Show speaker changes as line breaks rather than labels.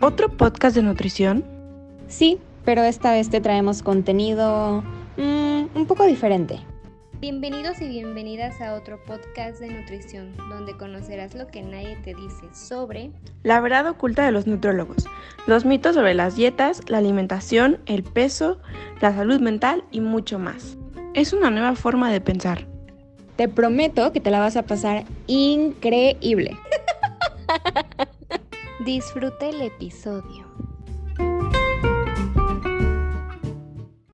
¿Otro podcast de nutrición?
Sí, pero esta vez te traemos contenido mmm, un poco diferente.
Bienvenidos y bienvenidas a otro podcast de nutrición, donde conocerás lo que nadie te dice sobre
La verdad oculta de los nutrólogos, los mitos sobre las dietas, la alimentación, el peso, la salud mental y mucho más. Es una nueva forma de pensar.
Te prometo que te la vas a pasar increíble.
Disfruta el episodio.